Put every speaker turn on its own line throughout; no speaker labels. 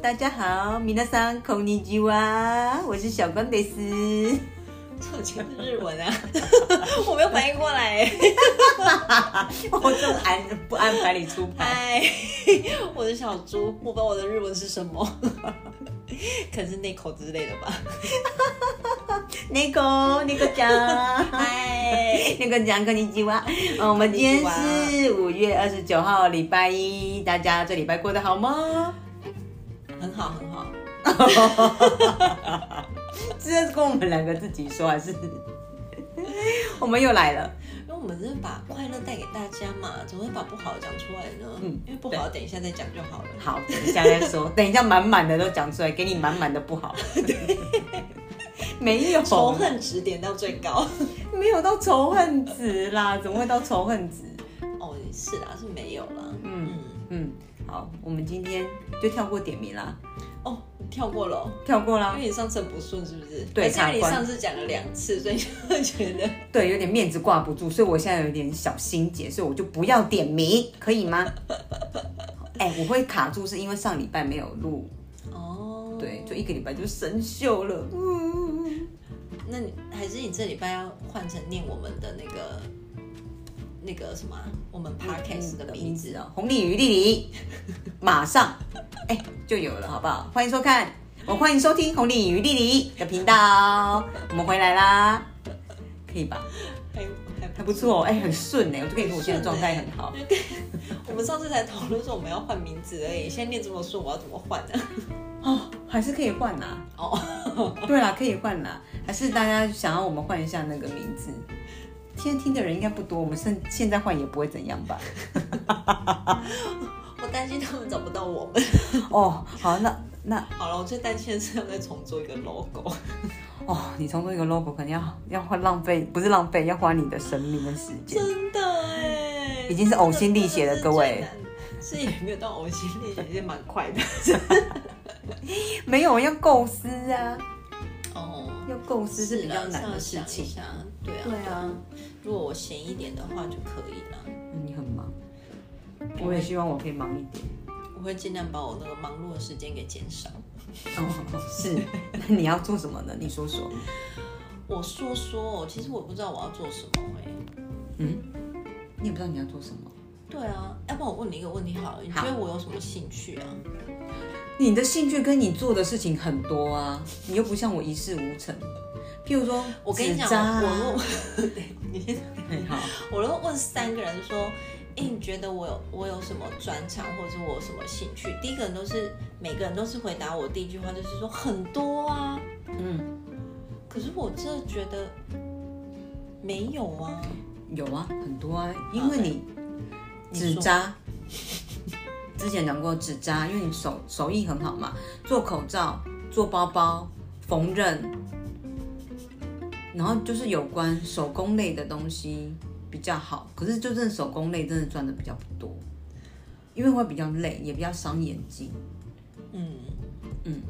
大家好，米娜桑孔尼基哇，我是小光贝 斯。
这全是日文啊， 我没有反应过来。
我这么按不按牌理出牌？
嗨，我是小猪，我不知道我的日文是什么， 可能是内口之类的吧。
那个那个讲，
嗨，
那个讲孔尼基哇。嗯，我们今天
こんに
是五月二十九号，礼拜一，大家这礼拜过得好吗？
很好很好，
这是跟我们两个自己说还 是？我们又来了，
因为我们是把快乐带给大家嘛，怎么会把不好的讲出来呢？
嗯
因为不好的等一下再讲就好了。
好，等一下再 说，等一下满满的都讲出来，给你满满的不好。 没有
仇恨值点到最高。
没有到仇恨值啦，怎么会到仇恨值？
哦，是啦，是没有啦。
嗯
嗯，
嗯，好，我们今天就跳过点名啦，
哦，你跳过了哦、
跳过啦
因，为你上次很不顺，是不是？
对
还是因为你
卡关
上次讲了两次，所以就会觉得
对，有点面子挂不住，所以我现在有点小心结，所以我就不要点名，可以吗？哎、我会卡住是因为上礼拜没有录，
哦，
对，就一个礼拜就生锈了。嗯，
那你还是你这礼拜要换成念我们的那个那个什么啊、我们 podcast 的名字哦。
嗯哦，红鲤鱼丽丽，马上哎、就有了，好不好？欢迎收看，我欢迎收听红鲤鱼丽丽的频道哦，我们回来啦，可以吧？
还还
还不，
嗯
错哦，哎、很顺哎、我就跟你说，我现在状态很好。
我们上次才讨论说我们要换名字而已，现在念这么顺，我要怎么换呢、
哦，还是可以换啦。
哦，
对啦，可以换啦。还是大家想要我们换一下那个名字？现在听的人应该不多，我们现现在换也不会怎样 吧？
我担心他们找不到我们。
哦，好，那那
好了，我最担心的是要再重做一个 logo。
哦，你重做一个 logo，可能要要花浪费，不是浪费，要花你的生命跟时间。
真的哎，
已经是呕心沥血了各位
这个真的是最难。是也没有到呕心沥血，也蛮快的。
没有，要构思啊，
哦，
要构思是比较
啦
难的
是
事
要哦想一
情。
下对啊，
对啊，
如果我闲一点的话就可以了。
嗯你很忙，
嗯
我也希望我可以忙一点。
我会尽量把我那个忙碌的时间给减少。
哦， 是，那你要做什么呢？你说说。
我说说，哦其实我不知道我要做什么哎、
你也不知道你要做什么。
对啊，要不然我问你一个问题好了，你觉得我有什么兴趣啊？
你的兴趣跟你做的事情很多啊，你又不像我一事无成。譬如说，
我跟你讲，
纸扎啊
我如果 对你先
很好，
我如果问三个人说，哎、你觉得我有我有什么专长，或者是我有什么兴趣？第一个人都是每个人都是回答我第一句话就是说很多啊，
嗯，
可是我真的觉得没有啊。
有啊，很多啊，因为你
你
纸
说
扎，之前讲过纸扎，因为你手手艺很好嘛，做口罩、做包包、缝纫，然后就是有关手工类的东西比较好，可是就真的手工类真的赚的比较不多，因为会比较累，也比较伤眼睛。
嗯，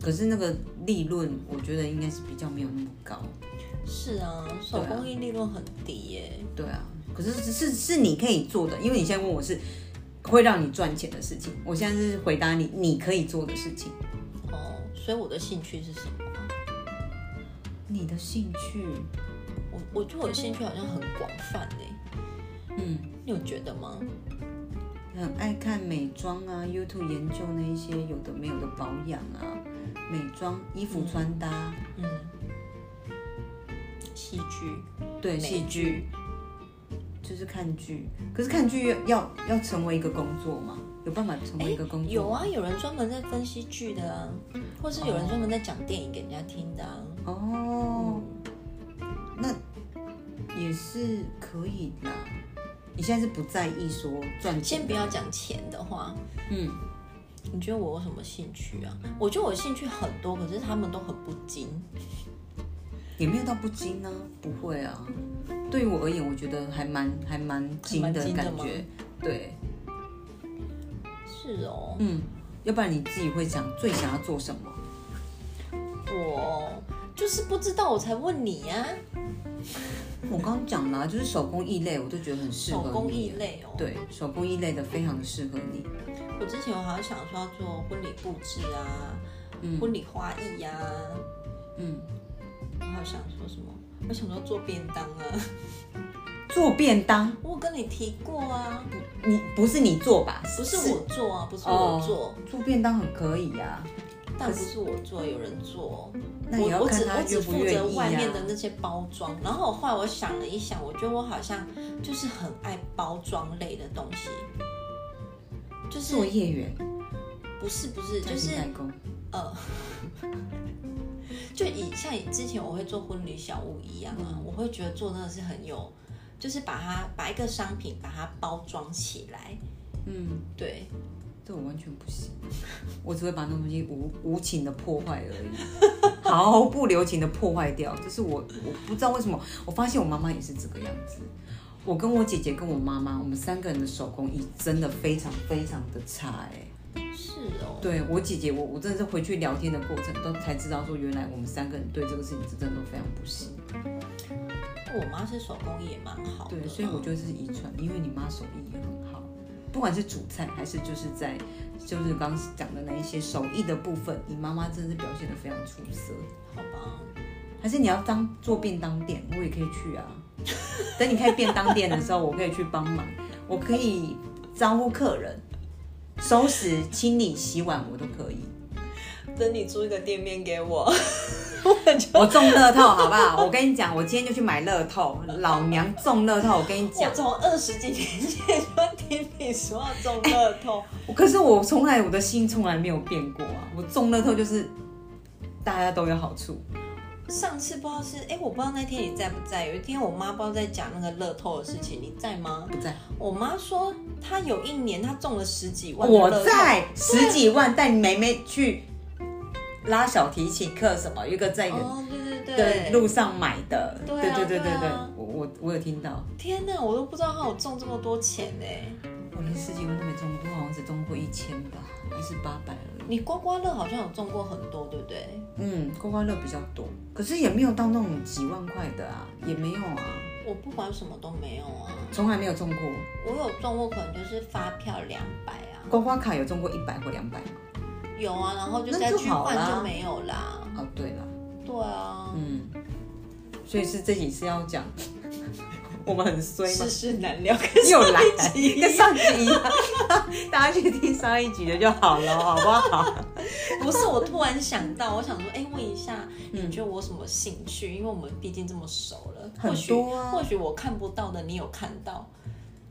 可是那个利润，我觉得应该是比较没有那么高。
是啊，手
对啊
工艺利润很低耶、
对啊，可是是是是你可以做的，因为你现在问我是会让你赚钱的事情，我现在是回答你你可以做的事情。
哦，所以我的兴趣是什么啊？
你的兴趣，
我我觉得我的兴趣好像很广泛诶，
嗯，
你有觉得吗？
很爱看美妆啊，YouTube 研究那一些有的没有的保养啊，美妆、衣服穿搭，
嗯，戏剧，
对，戏剧，就是看剧。可是看剧要要要成为一个工作吗？有办法成为一个工作？
有啊，有人专门在分析剧的啊，或是有人专门在讲电影给人家听的啊。
哦，
嗯
那也是可以啦。你现在是不在意说赚钱？
先不要讲钱的话，
嗯，
你觉得我有什么兴趣啊？我觉得我的兴趣很多，可是他们都很不精。
也没有到不精呢、不会啊。对于我而言，我觉得还蛮还蛮精
还蛮
的
精的
感
吗
觉。对，
是哦，
嗯，要不然你自己会想最想要做什么？
我就是不知道，我才问你啊呀、
我刚刚讲啊啦，就是手工艺类，我都觉得很适合
手
你啊
工艺。类哦，
对，手工艺类的非常的适合你。
我之前我好像想说要做婚礼布置啊，
嗯
婚礼花艺呀、啊，
嗯，
我还有想说什么？我想说做便当啊，
做便当，
我跟你提过啊，
你不是你做吧？
不是我做啊，不是我做，
哦做便当很可以呀、
但不是我做，有人做。
那也
我
要
我只
看他
我只
愿不
负责
愿意啊
外面的
呀
那些包装，然后我后来我想了一想，我觉得我好像就是很爱包装类的东西，就是
作业员，
不是不是就
在
是
平台工
呃， 就以像以之前我会做婚礼小物一样啊，我会觉得做真的是很有，就是把它把一个商品把它包装起来，
嗯，
对，
这我完全不行， 我只会把那东西无无情的破坏而已， 毫不留情的破坏掉。这是我我不知道为什么，我发现我妈妈也是这个样子。我跟我姐姐跟我妈妈，我们三个人的手工艺真的非常非常的差哎、
是哦，
对我姐姐，我我真的是回去聊天的过程都才知道说，原来我们三个人对这个事情真的都非常不行。
我妈是手工艺也蛮好的，
对，所以我觉得这是遗传，因为你妈手艺也很好，不管是煮菜还是就是在就是刚刚讲的那一些手艺的部分，你妈妈真的是表现的非常出色。
好吧，
还是你要当做便当店，我也可以去啊。等你开便当店的时候，我可以去帮忙，我可以招呼客人，收拾、清理、洗碗我都可以。
等你租一个店面给我，我就
我中乐透好不好？我跟你讲，我今天就去买乐透，老娘中乐透！我跟你讲
我， 从二十几年前就听你说要中乐透，
可是我从来我的心从来没有变过啊！我中乐透就是大家都有好处，
上次不知道是哎、我不知道那天你在不在，有一天我妈不知道在讲那个乐透的事情，你在吗？
不在
我妈说她有一年她中了十几万的
我
乐透，
在十几万带妹妹去拉小提琴课什么，有一个在
哦，对
的
对对，
路上买的，
对啊
对对对对
对啊
我我我有听到，
天哪，我都不知道她有中这么多钱呢。
我连十几万都没中过，好像只中过一千吧，还是八百而已。
你刮刮乐好像有中过很多，对不对？
嗯，刮刮乐比较多，可是也没有到那种几万块的啊，也没有啊，
我不管什么都没有啊，
从来没有中过。
我有中过可能就是发票两百啊，
刮刮卡有中过一百或两百吗？
有啊，然后就
那
再
就
去
好
换
啦
就没有啦。
哦，对了。
对啊，
嗯，所以是这几次要讲， 我们很衰吗
世？事难料，
又来，跟 上集一样，大家去听上一集的就好了，好不好？
不是我突然想到，我想说，哎、问一下，
嗯
你觉得我有什么兴趣？因为我们毕竟这么熟了，
很
或许
多啊
或许我看不到的，你有看到。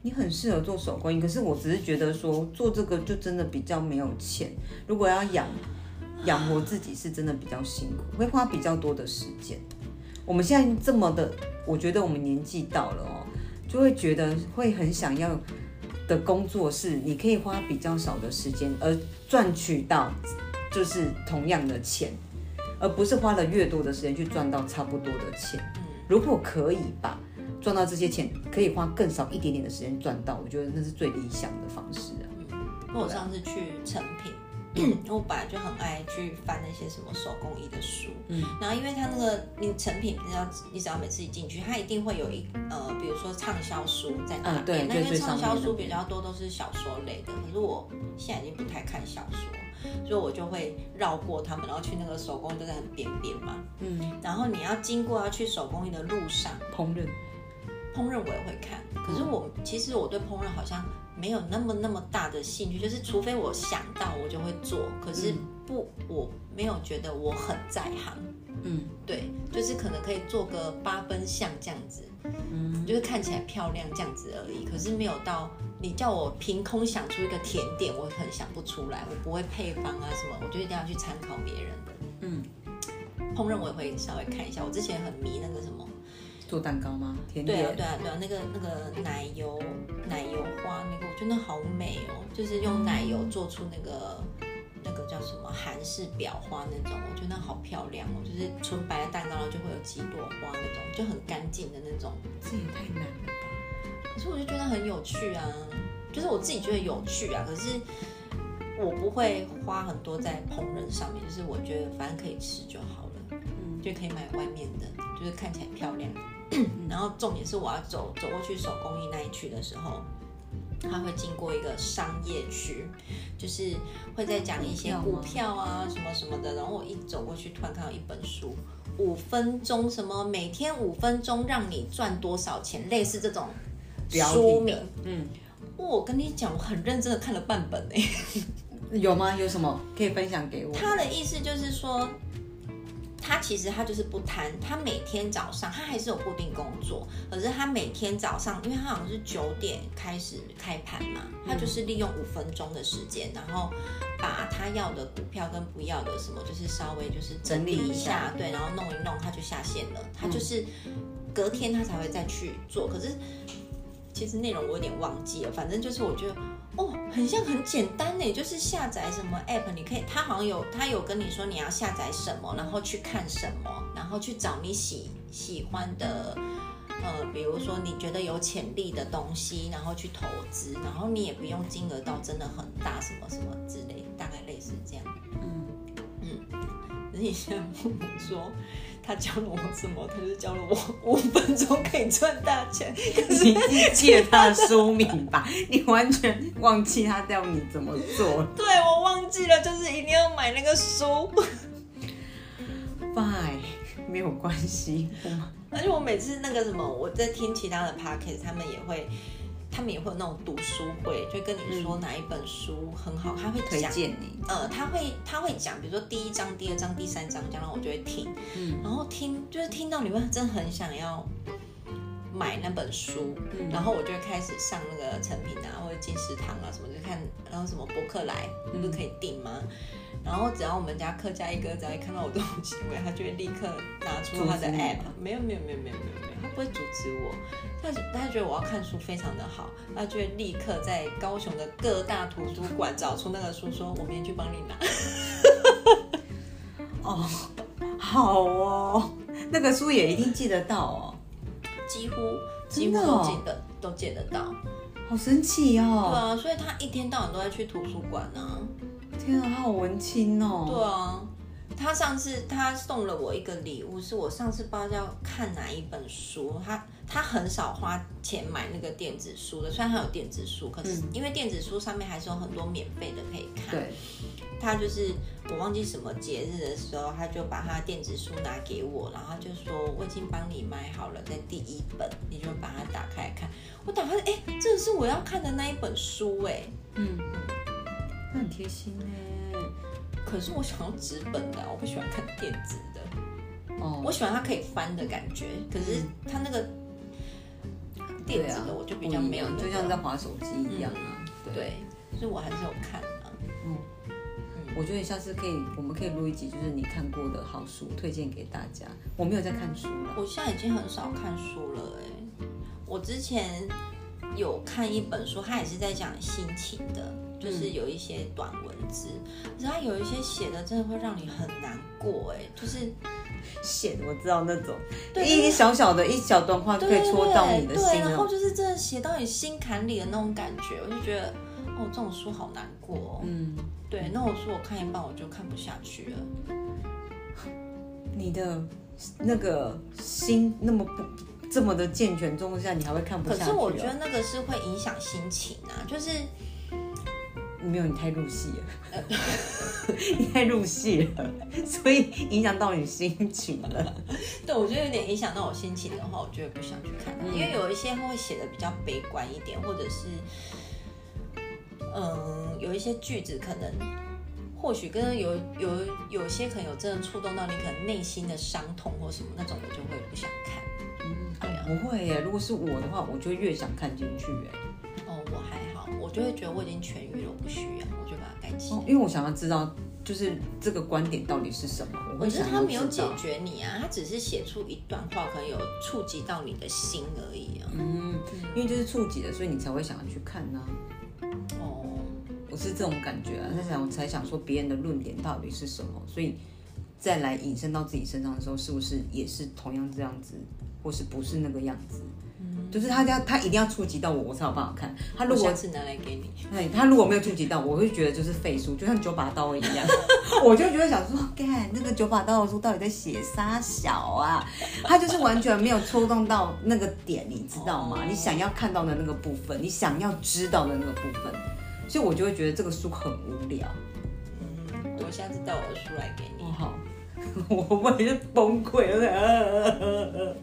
你很适合做手工艺，可是我只是觉得说做这个就真的比较没有钱，如果要养养活自己是真的比较辛苦，会花比较多的时间。我们现在这么的，我觉得我们年纪到了哦，就会觉得会很想要的工作是，你可以花比较少的时间而赚取到就是同样的钱，而不是花了越多的时间去赚到差不多的钱。如果可以把赚到这些钱，可以花更少一点点的时间赚到，我觉得那是最理想的方式啊。
因为我上次去成品。
嗯
我本来就很爱去翻那些什么手工艺的书，嗯，然后因为它那个你成品，你只要你只要每次一进去，它一定会有一呃，比如说畅销书在那边，
嗯对
呃那因
最
为
上
畅
面
销
那
书
边
比较多都是小说类的，可是我现在已经不太看小说，所以我就会绕过他们，然后去那个手工就在很边边嘛，
嗯，
然后你要经过要去手工艺的路上，
烹饪
烹饪我也会看，可是我、其实我对烹饪好像没有那么那么大的兴趣，就是除非我想到我就会做，可是不，我没有觉得我很在行。
嗯，
对，就是可能可以做个八分像这样子，嗯，就是看起来漂亮这样子而已。可是没有到你叫我凭空想出一个甜点，我很想不出来，我不会配方啊什么，我就一定要去参考别人的。
嗯，
烹饪我也会稍微看一下，我之前很迷那个什么。
做蛋糕吗？甜
对啊，
点
对啊，对啊，那个那个奶油奶油花那个，我觉得好美哦，就是用奶油做出那个那个叫什么韩式裱花那种，我觉得好漂亮哦，就是纯白的蛋糕然后就会有几朵花那种，就很干净的那种。
这也太难了吧？
可是我就觉得很有趣啊，就是我自己觉得有趣啊，可是。我不会花很多在烹饪上面，就是我觉得反正可以吃就好了，
嗯
就可以买外面的，就是看起来漂亮的然后重点是我要走走过去手工艺那一区的时候，它会经过一个商业区，就是会在讲一些股
股
票啊什么什么的。然后我一走过去，突然看到一本书，五分钟什么每天五分钟让你赚多少钱，类似这种
标
书
题
名
的。嗯，
哇我跟你讲，我很认真的看了半本诶、
有吗？有什么可以分享给我？
他的意思就是说，他其实他就是不贪，他每天早上他还是有固定工作，可是他每天早上，因为他好像是九点开始开盘嘛，他就是利用五分钟的时间，然后把他要的股票跟不要的什么，就是稍微就是
整理
一
一下嗯
对，然后弄一弄，他就下线了，他就是隔天他才会再去做，可是。其实内容我有点忘记了，反正就是我觉得哦，很像很简单呢，就是下载什么 app，你可以，他好像有他有跟你说你要下载什么，然后去看什么，然后去找你喜喜欢的。呃，比如说你觉得有潜力的东西，然后去投资，然后你也不用金额到真的很大，什么什么之类，大概类似这样。
嗯，
可是你现在父母说他教了我什么，他就教了我五分钟可以赚大钱，可是
你是 借他的书名吧，你完全忘记他叫你怎么做了。
对我忘记了，就是一定要买那个书。
Bye，没有关系，我们
而且我每次那个什么，我在听其他的 podcast，他们也会，他们也会有那种读书会，就跟你说哪一本书很好，他会
嗯推
讲。
荐你。
呃，他会他会讲，比如说第一章、第二章、第三章这样，然后我就会听，
嗯
然后听就是听到你会真的很想要买那本书，
嗯
然后我就会开始上那个成品啊，或者金石堂啊什么，就看然后什么博客来
嗯
不是可以订吗？然后只要我们家客家一哥只要一看到我这种行为，他就会立刻拿出他的
阻止你
app，没有没有没有没有没有没有，他不会阻止我，他他觉得我要看书非常的好，他就会立刻在高雄的各大图书馆找出那个书，说我明天去帮你拿。
哦，好哦，那个书也一定记得到哦，
几乎几
真
乎
的
都
哦
借得、都借得到，
好神奇
对
哦！
啊，所以他一天到晚都在去图书馆啊，
天啊，好文青
对
哦。
啊。他上次他送了我一个礼物，是我上次不知道要看哪一本书，他他很少花钱买那个电子书的，虽然他有电子书，可是
嗯
因为电子书上面还是有很多免费的可以看，
对，
他就是我忘记什么节日的时候，他就把他电子书拿给我，然后他就说我已经帮你买好了，在第一本，你就把它打开来看。我打开，哎、这是我要看的那一本书、哎，
嗯，那很贴心呢。
可是我想要纸本的啊、我不喜欢看电子的，我
哦，
喜欢它可以翻的感觉，可是它那个电
嗯对
子
啊
的我就，比
不
较
一
没有、
样
那个嗯
就像在划手机一样啊。对，
对，所以我还是有看啊。
我觉得下次可以，我们可以录一集，就是你看过的好书推荐给大家。我没有在看书了，
我现在已经很少看书了哎、我之前有看一本书，它也是在讲心情的，就是有一些短文字，可是它有一些写的真的会让你很难过哎、就是
写的我知道那种，
对
一小小的一小段话就可以戳到你的
对对
心啊
对，然后
了。
就是真的写到你心坎里的那种感觉，我就觉得哦，这种书好难过哦。
嗯，
对，那我说我看一半我就看不下去了。
你的那个心那么不这么的健全状况下，你还会看不
可
下去、哦？
是我觉得那个是会影响心情啊， 就是
没有，你太入戏了， 你太入戏了，所以影响到你心情了。
对，我觉得有点影响到我心情的话，我就会不想去看它，
嗯
因为有一些会写的比较悲观一点，或者是，嗯，有一些句子可能，或许跟有有有些可能有真的触动到你可能内心的伤痛或什么那种，我就会不想看。对啊
不会耶，如果是我的话，我就越想看进去耶，
哦，我还好，我就会觉得我已经痊愈了，我不需要，我就把它盖起来。
哦因为我想要知道，就是这个观点到底是什么。我
我
会
觉得
想
他
要
没有
知
解
道。
决你啊，他只是写出一段话，可能有触及到你的心而已啊。
嗯，因为就是触及了，所以你才会想要去看啊呐、
哦，
我是这种感觉啊，在想我才想说别人的论点到底是什么，所以再来引申到自己身上的时候，是不是也是同样这样子，或是不是那个样子？就是他要他一定要触及到我，我才有办法看。他如
我
果
下次拿来给你。
哎，他如果没有触及到，我会觉得就是废书，就像九把刀一样，我就觉得想说，干那个九把刀的书到底在写啥小啊？他就是完全没有戳动到那个点，你知道吗
哦？
你想要看到的那个部分，你想要知道的那个部分，所以我就会觉得这个书很无聊。
嗯，我下次带我的书来给你
我。好，我我也是崩溃了，呃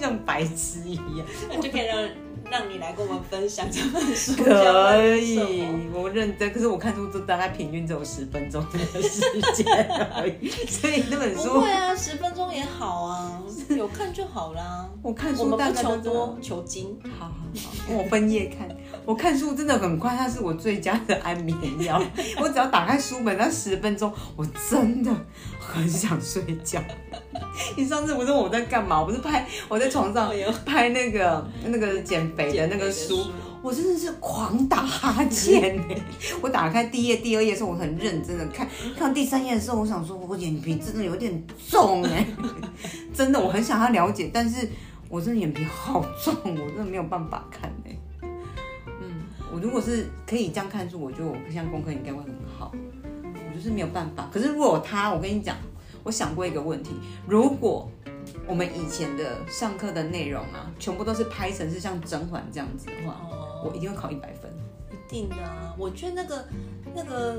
像白痴一样。
那就可以让让你来跟我们分享这本书
可以，我认真。可是我看书就大概平均只有十分钟的时间而已，所以那本
不
书
会啊，十分钟也好啊，有看就好啦。
我看
我
书
们
大
不
概
求
都这样
多，求精。
好好好，我分页看。我看书真的很快，它是我最佳的安眠 药。我只要打开书本，那十分钟，我真的很想睡觉。你上次不是问我在干嘛？我不是拍我在床上
哎呦
拍那个那个减肥的那个
减
书
肥的书，
我真的是狂打哈欠呢。 我打开第一页、第二页的时候，我很认真的看，看到第三页的时候，我想说，我眼皮真的有点重哎， 真的，我很想要了解，但是我真的眼皮好重，我真的没有办法看哎。嗯，我如果是可以这样看书，我觉得我像功课应该会很好。我就是没有办法。可是如果有他，我跟你讲，我想过一个问题：如果我们以前的上课的内容啊，全部都是拍成是像甄嬛这样子的话，
哦，
我一定会考一百分。
一定的啊。我觉得那个那个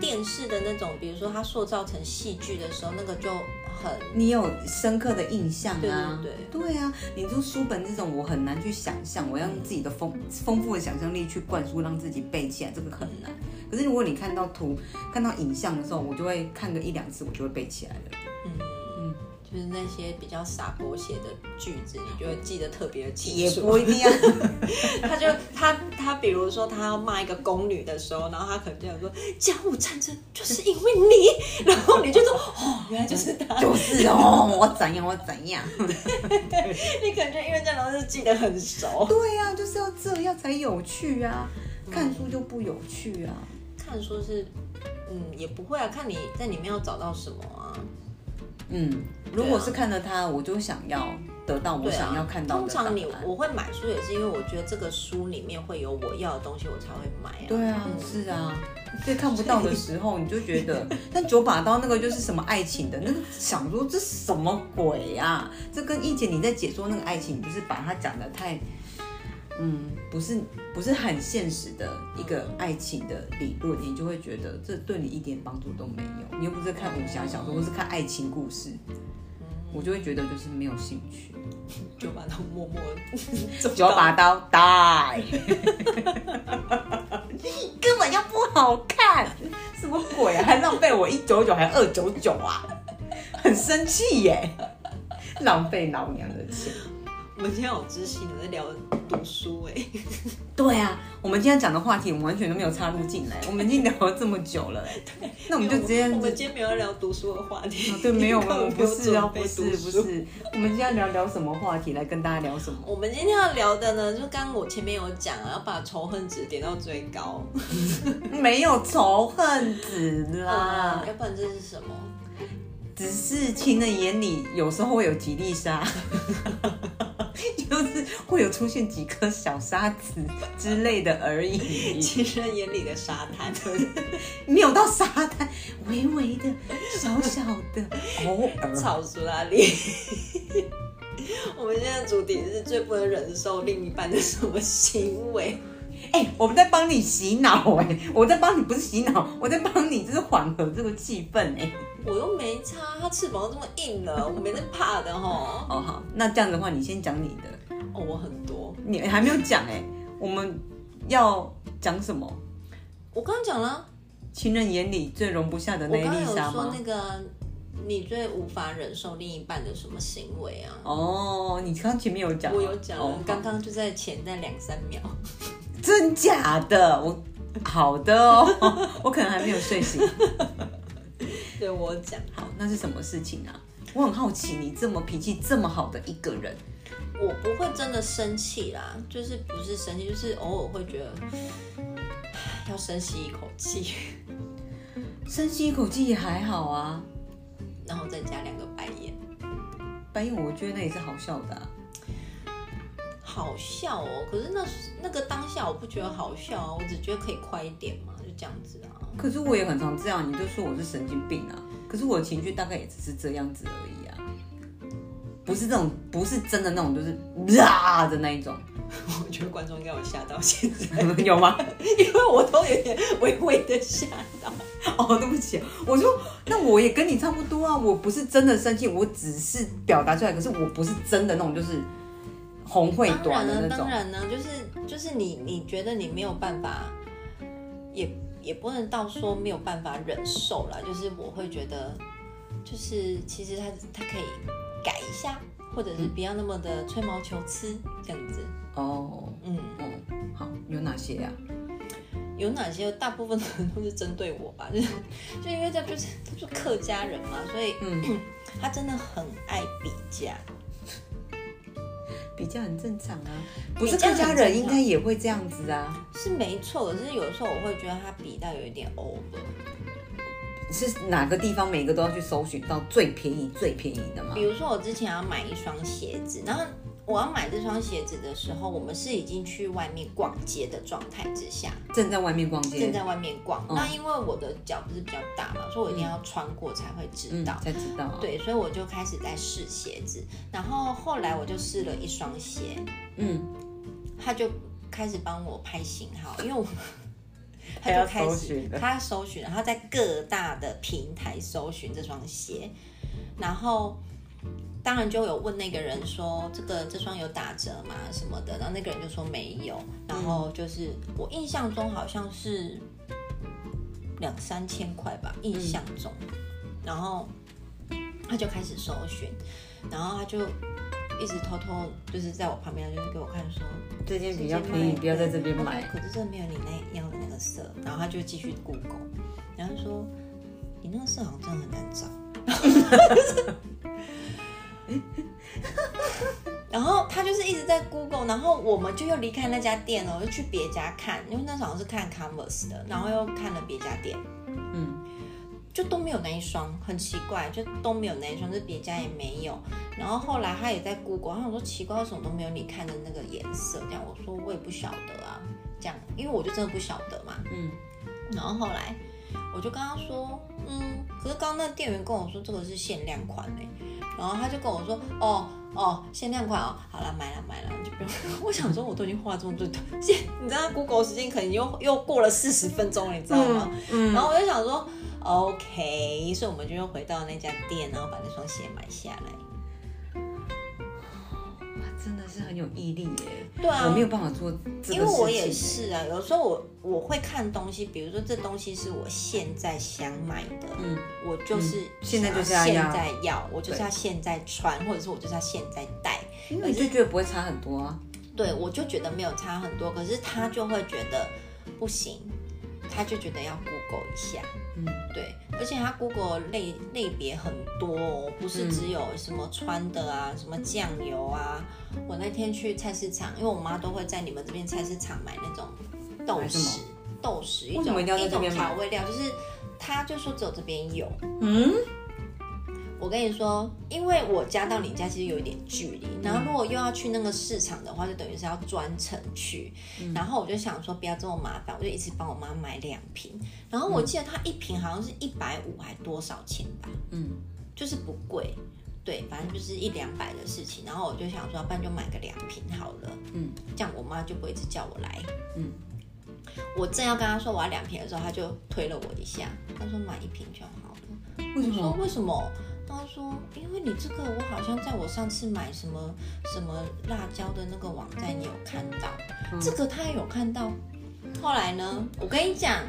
电视的那种，比如说它塑造成戏剧的时候，那个就很
你有深刻的印象啊？
对
对啊，你就书本这种，我很难去想象，我要用自己的丰丰富的想象力去灌输，让自己背起来，这个很难。可是如果你看到图、看到影像的时候，我就会看个一两次，我就会背起来了。
嗯。就是那些比较洒狗血的句子，你就会记得特别清
也
楚。
不一定要啊
他就他他，比如说他要骂一个宫女的时候，然后他可能就想说甲午战争就是因为你， 然后你就说哦，原来就是他，
就是哦，我怎样我怎样。
你可能就因为这样，然后就记得很熟。
对呀、就是要这样才有趣啊，看书就不有趣啊。
看书是，嗯，也不会啊，看你在里面要找到什么啊。
嗯，如果是看了它，我就想要得到我
对
想要
啊，
看到
通
的答案。
常你我会买书也是因为我觉得这个书里面会有我要的东西，我才会买啊。
对啊，是啊。所以看不到的时候，你就觉 得，但九把刀那个就是什么爱情的，那个想说这什么鬼呀、啊？这跟一姐你在解说那个爱情，你就是把它讲的太，嗯，不是不是很现实的一个爱情的理论，你就会觉得这对你一点帮助都没有。你又不是看武侠小说，或是看爱情故事，我就会觉得就是没有兴趣。
就把它默默
九把刀 die，根本就不好看，什么鬼啊？还浪费我一九九还二九九啊，很生气耶，浪费老娘的钱。
我们今天好知性，我在聊读书哎、
对啊，我们今天讲的话题，我们完全都没有插入进来，我们已经聊了这么久了， 那我们就直接
我们今天没有要聊读书的话题
啊。对，没 有，
根本
我们不是
没有
啊，
准备
不是
读
不
书。
是，我们今天聊聊什么话题来跟大家聊什么？
我们今天要聊的呢，就刚刚我前面有讲啊，要把仇恨值点到最高
没有仇恨值啦 哦
啊，。要不然这是什么？
只是情人眼里有时候会有几粒沙， 就是会有出现几颗小沙子之类的而已，
情人眼里的沙 滩，
没有到沙滩，微微的、小小的，偶尔。
草苏拉里。 我们现在的主题是最不能忍受另一半的什么行为？
哎、我们在帮你洗脑哎、我在帮你不是洗脑，我在帮你就是缓和这个气氛哎、
我又没差，他翅膀都这么硬了，我没在怕的哈。
哦好，那这样的话你先讲你的，
哦，我很多，
你还没有讲哎、我们要讲什么？
我刚刚讲了，
情人眼里最容不下的
我
那一
刚刚
粒
有
沙
说
吗
那？个你最无法忍受另一半的什么行为啊？
哦，你刚前面有讲吗，
我有讲
哦
了，刚刚就在前那两三秒。
真假的，我好的哦， 我可能还没有睡醒。
对我讲，
好，那是什么事情啊？我很好奇，你这么脾气这么好的一个人，
我不会真的生气啦，就是不是生气，就是偶尔会觉得 唉要深吸一口气，
深吸一口气也还好啊。
然后再加两个白眼。
白眼，我觉得那也是好笑的、啊。
好笑哦。可是那那个当下我不觉得好笑啊，我只觉得可以快一点嘛，就这样子啊。
可是我也很常这样，你就说我是神经病啊。可是我的情绪大概也只是这样子而已啊，不是那种，不是真的那种，就是啊的那一种，
我觉得观众应该有吓到现在，
有吗？
因为我都有点微微的吓到。
哦，对不起，我说那我也跟你差不多啊，我不是真的生气，我只是表达出来，可是我不是真的那种就是红会
当
短的
然呢，
那种
当。然呢，就是就是你你觉得你没有办法，也也不能到说没有办法忍受啦，就是我会觉得，就是其实他他可以改一下，或者
嗯
是不要那么的吹毛求疵这样子。
哦，
嗯，
哦，好，有哪些啊呀、
有哪些？大部分的人都是针对我吧， 就是就因为这就是他是客家人嘛，所以
嗯，
他真的很爱比价。
比较很正常啊，不是
比较
客
很
家
正
人
常
应该也会这样子啊，
是没错，可是有时候我会觉得他比到有一点 over，
是哪个地方每个都要去搜寻到最便宜最便宜的吗
比？如说我之前要买一双鞋子，然后我要买这双鞋子的时候，我们是已经去外面逛街的状态之下，
正在外面逛街，
正在外面逛。那因为我的脚不是比较大嘛，所以我一定要穿过才会知
嗯
道。
才知道、啊，，
对，所以我就开始在试鞋子，然后后来我就试了一双鞋，
嗯，
他就开始帮我拍型号， 因为我。他
还要
就开
搜
始
寻的，
他搜寻，然后在各大的平台搜寻这双鞋，然后当然就有问那个人说这个这双有打折吗什么的，然后那个人就说没有，然
嗯
后就是我印象中好像是两三千块吧，
嗯
印象中，然后他就开始搜寻，然后他就一直偷偷就是在我旁边，就是给我看说
这件比较便宜，不要在这边买。
可是这没有你那样的那个色，然后他就继续 Google，然后就说你那个色好像真的很难找。然后他就是一直在 Google，然后我们就又离开那家店了，我就去别家看，因为那时候好像是看 Converse 的，然后又看了别家店，
嗯，
就都没有那一双，很奇怪，就都没有那一双，就别家也没有。然后后来他也在 Google，他想说奇怪，为什么都没有你看的那个颜色？这样我说我也不晓得啊，这样，因为我就真的不晓得嘛。
嗯，
然后后来我就跟他说，嗯，可是刚刚那店员跟我说这个是限量款呢、然后他就跟我说，哦哦，限量款哦，好了，买了买了，就不用。 我想说我都已经花这么多，现你知道 Google 时间可能又又过了四十分钟了，你知道吗？
嗯
然后我就想说，OK，所以我们就又回到那家店，然后把那双鞋买下来。
哇，真的是很有毅力耶。
对啊
我没有办法做这个事情，
因为我也是啊，有时候我我会看东西，比如说这东西是我现在想买的，
嗯，
我就是
嗯现在就是要
想
要
现在要，我就是要现在穿，或者是我就是要现在戴。
因为你就觉得不会差很多啊。
对，我就觉得没有差很多，可是他就会觉得不行，他就觉得要 Google 一下。
嗯，
对，而且它 Google 类类别很多、哦，不
嗯
是只有什么穿的啊，什么酱油啊。我那天去菜市场，因为我妈都会在你们这边菜市场买那种豆
买什
豉
么，
豆豉一
为什么
种
一定要在
一
这
种
边买
调味料，就是她就说只有这边有。
嗯，
我跟你说，因为我家到你家其实有一点距离，然后如果又要去那个市场的话，就等于是要专程去。然后我就想说不要这么麻烦，我就一直帮我妈买两瓶。然后我记得它一瓶好像是一百五还多少钱吧，
嗯，
就是不贵。对，反正就是一两百的事情。然后我就想说，不然就买个两瓶好了。
嗯，
这样我妈就不会一直叫我来。
嗯，
我正要跟她说我要两瓶的时候，她就推了我一下，她说买一瓶就好了。
为什
我说
么？
为什么？他说因为你这个，我好像在我上次买什么什么辣椒的那个网站也有看到，
嗯
这个他也有看到。后来呢，我跟你讲，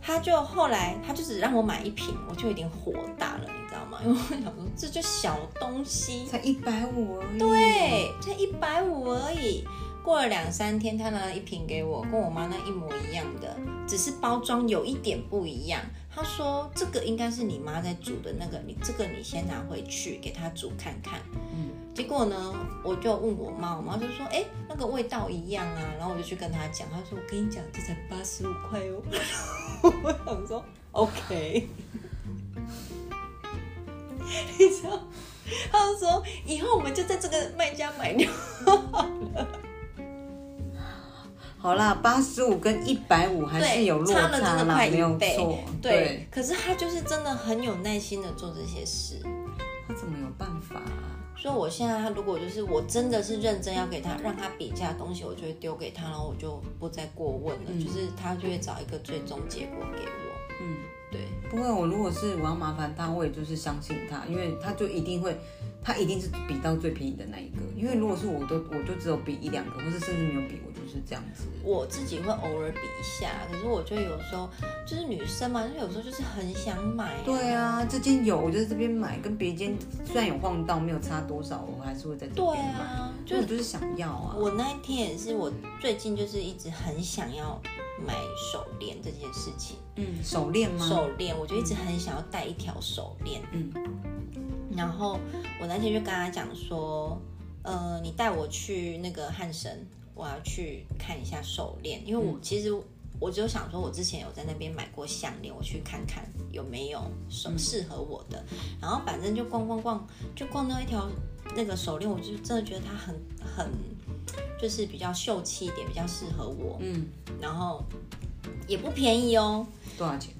他就后来他就只让我买一瓶，我就有点火大了，你知道吗？因为我想说这就小东西，
才一百五而已。，
对，才一百五而已。过了两三天，他拿了一瓶给我，跟我妈那一模一样的，只是包装有一点不一样。他说这个应该是你妈在煮的那个，你这个你先拿回去给她煮看看。
嗯
结果呢，我就问我妈，我妈就说：“哎，那个味道一样啊。”然后我就去跟她讲，她说：“我跟你讲，这才八十五块哦。” 我想说：“OK。”你知道，他就说以后我们就在这个卖家买就
好啦，八十五跟一百五还是
对
有落
差了真
差
的
啦，
快一
没有
倍
错。
对，可是他就是真的很有耐心的做这些事。
他怎么有办法啊？
所以我现在，他如果就是我真的是认真要给他让他比价的东西，我就会丢给他，然后我就不再过问了，就是他就会找一个最终结果给我。
嗯，
对，
不会，我如果是我要麻烦他，我也就是相信他，因为他就一定会，他一定是比到最便宜的那一个。因为如果是我都，我就只有比一两个，或是甚至没有比，我就是这样子。
我自己会偶尔比一下，可是我觉得有时候就是女生嘛，就是有时候就是很想买、
对，啊，这间有，我就在这边买，跟别间虽然有晃到，没有差多少，我还是会在这
对
边买。
啊，就
就我就是想要啊，
我那一天也是，我最近就是一直很想要买手链这件事情。
嗯，手链吗？
手链，我就一直很想要戴一条手链。
嗯，
然后我那天就跟他讲说，呃，你带我去那个汉神，我要去看一下手链，因为我其实我只有想说，我之前有在那边买过项链，我去看看有没有什么适合我的。然后反正就逛逛逛，就逛到一条那个手链，我就真的觉得它很很。就是比较秀气一点，比较适合我，
嗯，
然后也不便宜哦，
多少钱？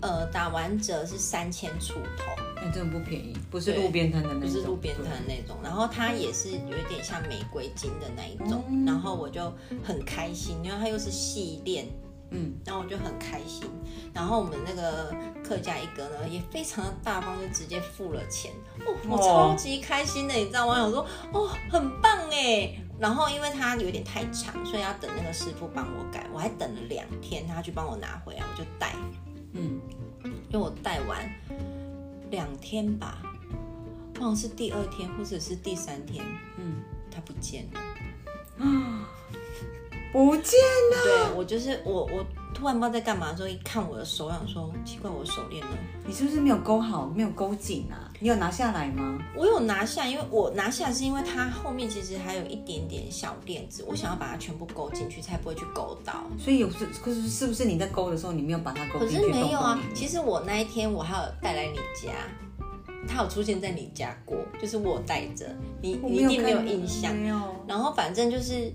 呃，打完折是三千出头，
那、哎真的不便宜，不是路边摊的那种，
不是路边摊
对。
那种。然后它也是有一点像玫瑰金的那一种，
嗯
然后我就很开心，因为它又是细链，
嗯，
然后我就很开心。然后我们那个客家一哥呢也非常的大方，就直接付了钱，哦，我
哦
超级开心的，你知道吗？我想说哦，很棒哎。然后因为它有点太长，所以要等那个师傅帮我改，我还等了两天，他去帮我拿回来，我就戴。
嗯，
因为我戴完两天吧，忘了是第二天或者是第三天，
嗯，
它不见了。
不见了，
对我就是我我突然不知道在干嘛的时候，一看我的手，想说奇怪，我的手链呢？
你是不是没有勾好，没有勾紧啊？你有拿下来吗？
我有拿下，因为我拿下是因为它后面其实还有一点点小链子，我想要把它全部勾进去，才不会去勾到。
所以有是，可是是不是你在勾的时候，你没有把它勾
可
进去？
是没有啊，其
实
实我那一天我还有带来你家，它有出现在你家过，就是我有带着你，你一定没有印象。
没有。
然后反正就是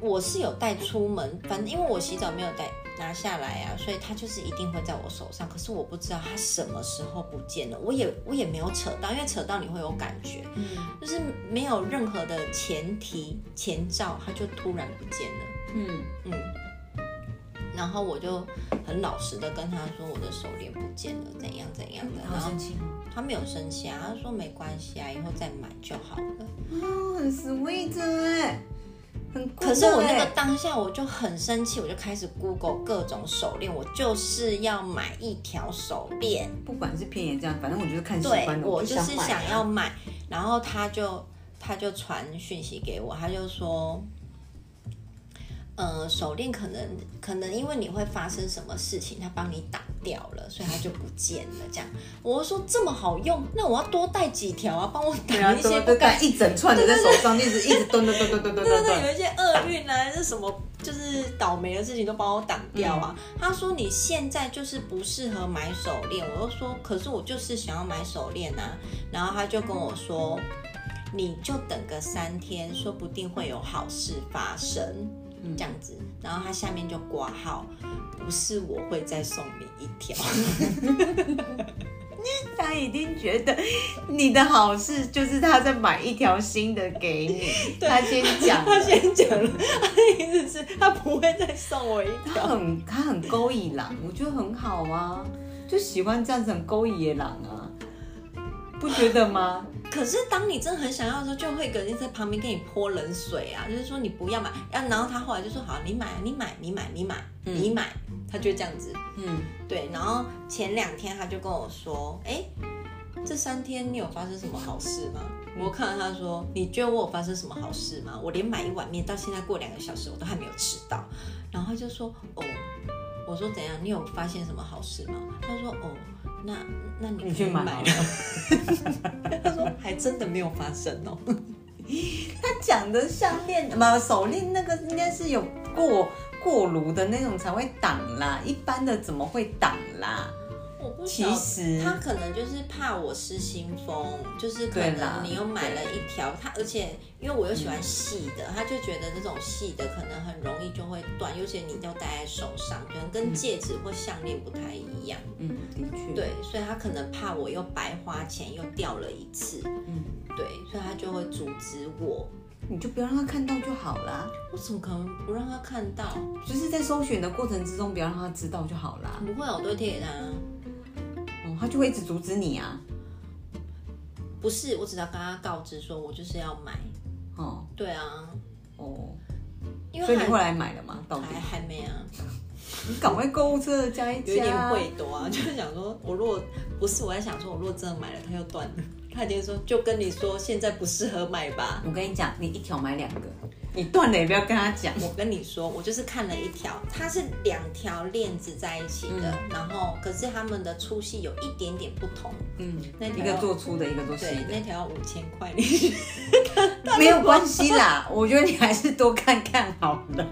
我是有带出门，反正因为我洗澡没有带拿下来啊，所以它就是一定会在我手上。可是我不知道它什么时候不见了，我也我也没有扯到，因为扯到你会有感觉，
嗯
就是没有任何的前提前兆，它就突然不见了。
嗯，
嗯，然后我就很老实的跟他说我的手链不见了，怎样怎样的，
嗯好哦
然后
生气吗？
他没有生气啊，他说没关系啊，以后再买就好了。
哦，很 sweet 哎、很酷、欸。
可是我那个当下我就很生气，我就开始 Google 各种手链，我就是要买一条手链，
不管是便宜这样，反正我就是看喜
对
欢的，
我
就
就是
买啊
想要买。然后他
啊
就他就传讯息给我，他就说。呃，手链可能可能因为你会发生什么事情，他帮你挡掉了，所以它就不见了。这样，我就说这么好用，那我要多带几条啊，帮我
对啊，
挡一些
对
不
对
敢
对，一整串的在手上，一直一直蹲蹲蹲蹲蹲蹲
对
蹲
对对，
蹲。
有一些厄运啊，还是什么，就是倒霉的事情都帮我挡掉啊。他说你现在就是不适合买手链，我就说，可是我就是想要买手链啊。然后他就跟我说，你就等个三天，说不定会有好事发生，这样子。然后他下面就挂号，不是我会再送你一条。
他一定觉得你的好事就是他在买一条新的给你，他先讲的，
他先讲了，他的意思是他不会再送我一条
他。很他很勾引狼，我觉得很好啊，就喜欢这样子很勾引野狼啊，不觉得吗？
可是当你真的很想要的时候，就会有个人在旁边给你泼冷水啊，就是说你不要买，啊，然后他后来就说好，你买，你买，你买，你买，你买，他就这样子。
嗯，
对，然后前两天他就跟我说，哎，这三天你有发生什么好事吗？我看到他说，你觉得我有发生什么好事吗？我连买一碗面到现在过两个小时，我都还没有吃到。然后他就说，哦，我说怎样？你有发现什么好事吗？他说，哦，那那你
你去
可以
买
买
好
了。 他说还真的没有发生哦。
他讲的项链嘛，手链那个应该是有过过炉的那种才会挡啦，一般的怎么会挡啦？
我不
其
晓得
实
他可能就是怕我失心疯，就是可
对啦
能你又买了一条，他而且因为我又喜欢细的，他就觉得这种细的可能很容易就会断，尤其你要戴在手上，可能跟戒指或项链不太一样。
嗯，的确，
对，所以他可能怕我又白花钱又掉了一次，
嗯，
对，所以他就会阻止我。
你就不要让他看到就好啦。
我怎么可能不让他看到？
就是在搜寻的过程之中，不要让他知道就好啦。
不会啊，我都会贴给他啊。嗯
哦，他就会一直阻止你啊。
不是，我只要跟他告知说我就是要买。
哦
对啊，
哦，
因为
所以你
还
后来买了吗？到底
还还没啊。
你赶快购物车加一加，
有一点会多啊，就是想说，我如果不是我在想说，我如果真的买了，它又断了，他一定说就跟你说现在不适合买吧。
我跟你讲，你一条买两个，你断了也不要跟他讲。
我跟你说，我就是看了一条，它是两条链子在一起的，然后可是它们的粗细有一点点不同，
嗯，
那
一
条
个做粗的，一个做细
对，
的，
那条要五千块，你
没有关系啦。我觉得你还是多看看好 了。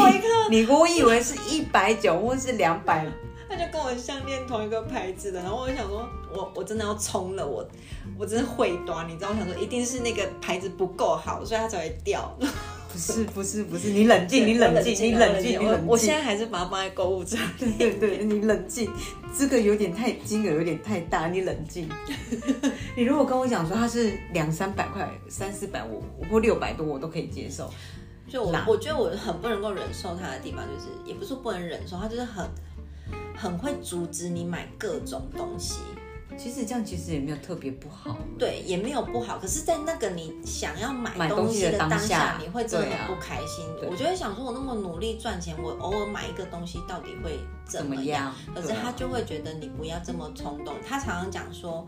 我一看，
你我以为是一百九或是两百，
他就跟我项链同一个牌子的，然后我就想说，我我真的要冲了，我我真的会端，你知道，我想说一定是那个牌子不够好，所以它才会掉。
不是不是不是，你冷静，
对
你
我
冷静，你冷静，你
我
冷静。
我现在还是把它放在购物车里。
对对，你冷静，这个有点太金额有点太大，你冷 静。你如果跟我讲说它是两三百块、三四百，我我或六百多，我都可以接受。
就我
啦
我觉得我很不能够忍受它的地方，就是也不是不能忍受，它就是很很会阻止你买各种东西。
其实这样其实也没有特别不好。
对，也没有不好，可是，在那个你想要
买
买
东
东
西
西
的
的
当
当
下
你会真的
对啊
很不开心。
对
我就会想说，我那么努力赚钱，我偶尔买一个东西到底会怎
怎么
么样？
样？
可是
对啊
他就会觉得你不要这么冲动。他常常讲说，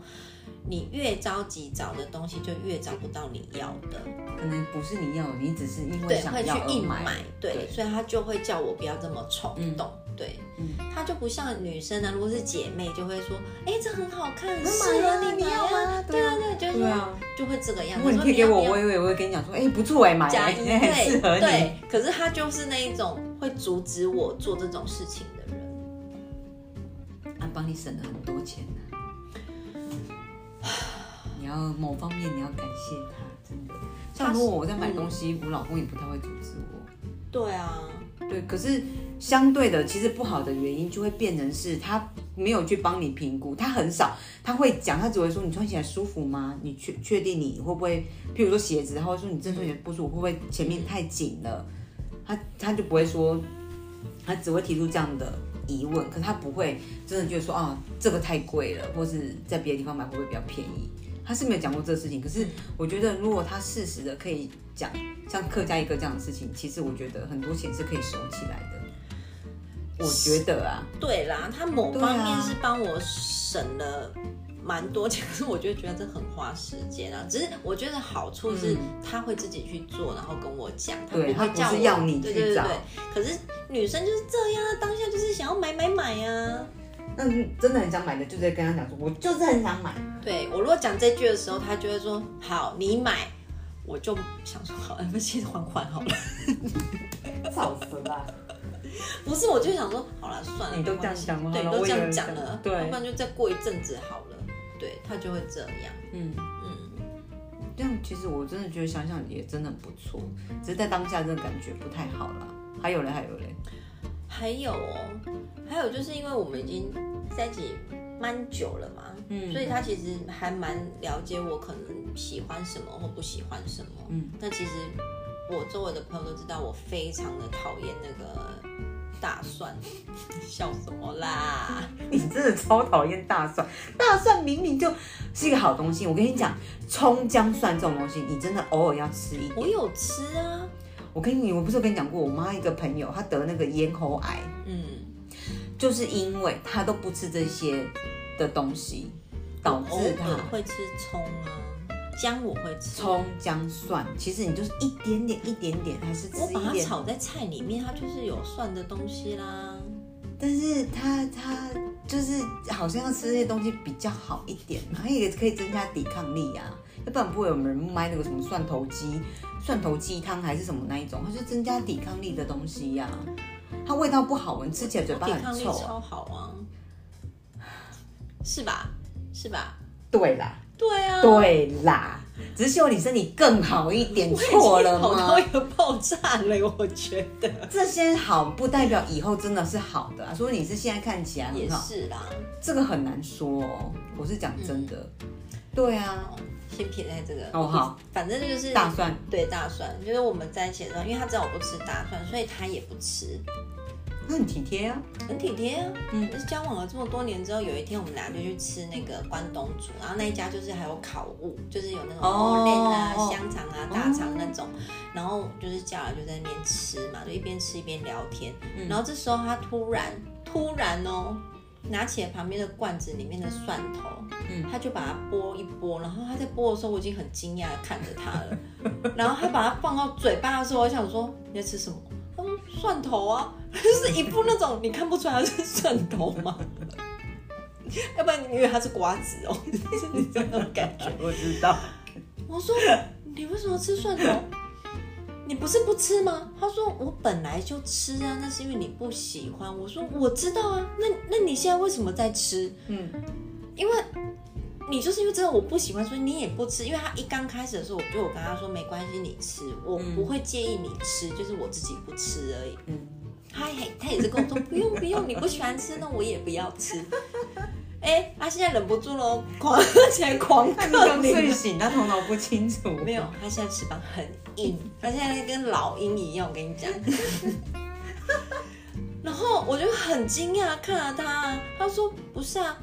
你越着急找的东西，就越找不到你要的。
啊可能不是你要的，你只是因为
对，
想
会
要
去
而
硬买，对，
对
所以他就会叫我不要这么冲动，对，
嗯
他就不像女生啊，如果是姐妹就会说，哎、这很好看，
那
适
买啊
合你，
你
你
要
要
吗
吗？
对
对
啊
啊，对，就是
对啊。
就会这个样
如果
子。
你
说
贴给
要
我，
不要
我以为我会跟你讲说，哎，不错哎，买
加
哎
一，
那很 适合你。
对对，可是他就是那一种会阻止我做这种事情的人。
他帮你省了很多钱呢。 你要某方面你要感谢他，真的。像如果我在买东西，我老公也不太会阻止我。
对啊，
对，可是相对的，其实不好的原因就会变成是他没有去帮你评估，他很少，他会讲，他只会说你穿起来舒服吗？你确确定你会不会？譬如说鞋子，他会说你这双鞋不舒服，会不会前面太紧了？他他就不会说，他只会提出这样的疑问，可他不会真的觉得说啊这个太贵了，或是在别的地方买会不会比较便宜？他是没有讲过这个事情，可是我觉得如果他适时的可以讲，像客家一个这样的事情，其实我觉得很多钱是可以收起来的。我觉得啊，
对啦，他某
对啊
方面是帮我省了蛮多钱，可是我就觉得这很花时间啊。只是我觉得好处是
嗯
他会自己去做，然后跟我讲，他
对
会
他
叫
不
我
是要你
对
去
对对
找
对。可是女生就是这样啊，当下就是想要买买买啊。
那真的很想买的，就在跟他讲说，我就是很想买。
对我如果讲这句的时候，他就会说好，你买。我就想说好， 那先缓缓好了。
早死吧！
不是，我就想说好了，算了，
你都
没关系
这样讲了
对，
好了
都
我
这
以
样
为
讲
这样
了，
对
要不然就再过一阵子好了。对他就会这样，
嗯，
嗯。
这样其实我真的觉得想想也真的很不错，只是在当下真的感觉不太好啦。还有嘞，还有嘞，
还有哦，还有就是因为我们已经在一起蛮久了嘛，
嗯
所以他其实还蛮了解我可能喜欢什么或不喜欢什么。
嗯
嗯，那其实我周围的朋友都知道我非常的讨厌那个大蒜， 笑什么啦？
你真的超讨厌大蒜，大蒜明明就是一个好东西。我跟你讲，葱姜蒜这种东西，你真的偶尔要吃一
我
点。
有吃啊，
我跟你，我不是有跟你讲过，我妈一个朋友她得那个咽喉癌，
嗯，
就是因为她都不吃这些的东西，导
偶
致她
尔会吃葱啊，姜我会吃，
葱姜蒜，其实你就是一点点一点点，还是吃
我把
一
它
点，
炒在菜里面，它就是有蒜的东西啦。
但是它它就是好像要吃这些东西比较好一点嘛，它也可以增加抵抗力啊，要不然不会有人卖那个什么蒜头鸡、蒜头鸡汤还是什么那一种，它是增加抵抗力的东西呀、它它味道不好闻，吃起来嘴巴
抵
很
抗力
臭啊。
超好啊，是吧？是吧？
对啦，
对啊，
对啦，只是希望你身体更好一点，错了
好
吗
到？一个爆炸了，我觉得
这些好不代表以后真的是好的啊，说你是现在看起来
也
很好，
是啦。
这个很难说哦。我是讲真的，对啊，
先撇开这个，
哦好，
反正就是
大蒜
对大蒜，就是我们在一起的时候，因为他知道我不吃大蒜，所以他也不吃，
他很体贴啊，
很体贴啊。嗯，交往了这么多年之后，有一天我们俩就去吃那个关东煮，然后那一家就是还有烤物，就是有那种
哦
藕链啊、
哦
香肠啊、大肠那种，然后就是叫来就在那边吃嘛，就一边吃一边聊天。
嗯
然后这时候他突然突然哦，拿起了旁边的罐子里面的蒜头，
嗯
他就把它剥一剥，然后他在剥的时候，我已经很惊讶的看着他了， 然后他把它放到嘴巴的时候，我想说你在吃什么？他说蒜头啊，就是一副那种你看不出来它是蒜头吗？ 要不然你以为它是瓜子哦，就是你这种感觉。
我知道。
我说你为什么吃蒜头？你不是不吃吗？他说我本来就吃啊，那是因为你不喜欢。我说我知道啊，那那你现在为什么在吃？
嗯，
因为你就是因为知道我不喜欢，所以你也不吃。因为他一刚开始的时候，我就我跟他说没关系，你吃，我不会介意你吃，就是我自己不吃而已。
嗯
他也他也是跟我说不用不用，你不喜欢吃，那我也不要吃。哎、他、现在忍不住了，狂 起来狂
他
克
刚
你。
睡醒，他头脑不清 楚。
没有，他现在翅膀很硬，他现在跟老鹰一样，我跟你讲。 然后我就很惊讶看着他，他说不是啊，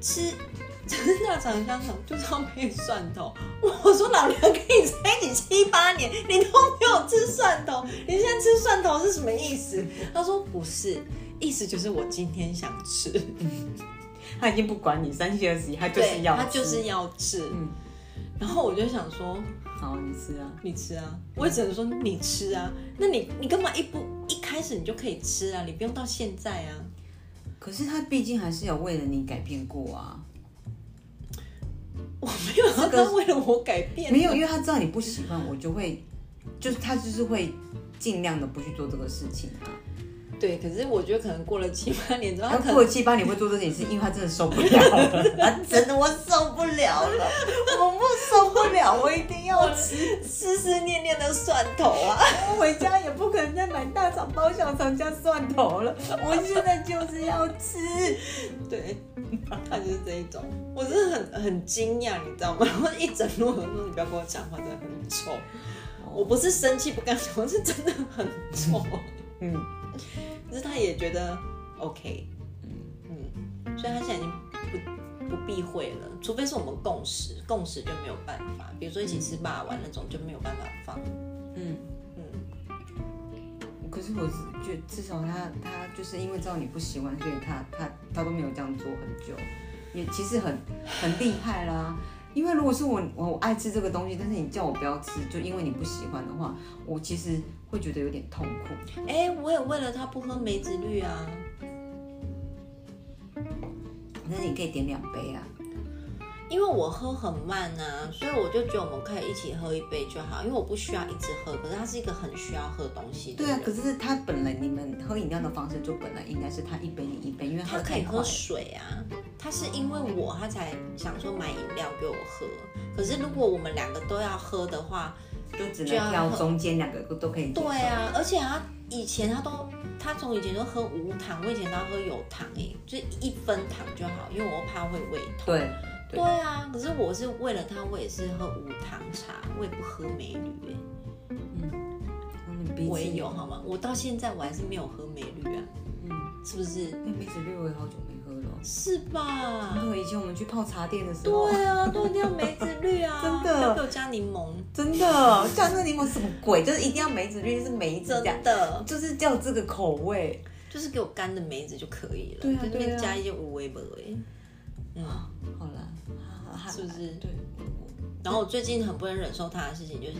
吃 吃大肠香肠就是要配蒜头。我说 老娘跟你在一起七八年，你都没有吃蒜头，你现在吃蒜头是什么意思？他说不是，意思就是我今天想吃，
他已经不管你三七二十一，他就是
对，
要吃，
他就是要吃。
嗯
然后我就想说，
好，你吃啊。
你吃啊，我也只能说你吃啊。那你你干嘛一不一开始你就可以吃啊？你不用到现在啊。
可是他毕竟还是有为了你改变过啊，
我没有要他为了我改变，啊
没有，因为他知道你不喜欢，我就会，就是他就是会尽量的不去做这个事情啊。
对。可是我觉得可能过了七八年之后，他
他
可
过
能
了七八年会做这件事，因为他真的受不了了，他真的我受不了了，我不受不了，我一定要吃，
思思念念的蒜头啊。
我回家也不可能再买大肠包小肠加蒜头了，我现在就是要吃。
对，他就是这一种。我真的很很惊讶，你知道吗？然后一整路我都说你不要跟我讲话，真的很臭。我不是生气不敢讲，我是真的很臭。
嗯，
可是他也觉得 OK，嗯，所以他现在已经不不避讳了，除非是我们共识，共识就没有办法，比如说一起吃霸王那种就没有办法放，
嗯
嗯，
可是我是觉得至少他他就是因为知道你不喜欢，所以他他他都没有这样做很久，也其实很很厉害啦。因为如果是我我我爱吃这个东西，但是你叫我不要吃，就因为你不喜欢的话，我其实会觉得有点痛苦。
哎、我也为了他不喝梅子绿啊，
那你可以点两杯啊。
因为我喝很慢啊，所以我就觉得我们可以一起喝一杯就好，因为我不需要一直喝，可是他是一个很需要喝东西的
对啊
人，，
可是他本来你们喝饮料的方式就本来应该是他一杯你一杯，因为
他
喝
可
太
以
快
喝
了。
水啊，他是因为我他才想说买饮料给我喝，可是如果我们两个都要喝的话，
就只
就要
能挑
喝
中间两个都可以接
对
受。
啊，而且他以前他都，他从以前都喝无糖，我以前都要喝有糖哎、就是一分糖就好，因为我怕会胃痛。
对，
对啊，可是我是为了他，我也是喝无糖茶，我也不喝美女哎、
嗯，彼此
我也有好吗？我到现在我还是没有喝美女啊，
嗯，
是不是？
那梅子绿我也好久没喝了。
是吧？
对，以前我们去泡茶店的时候，
对啊，都一定要梅子绿
真
啊，
的
要给我加柠檬，
真的叫那个柠檬什么鬼？就是一定要梅子绿，就是梅子
真
这样，
的
就是叫这个口味。
就是给我干的梅子就可以了，
对啊
就那
对
边
啊
加一些无微不微，嗯。
好啦，啊
是不是
对，
然后我最近很不能忍受他的事情就是，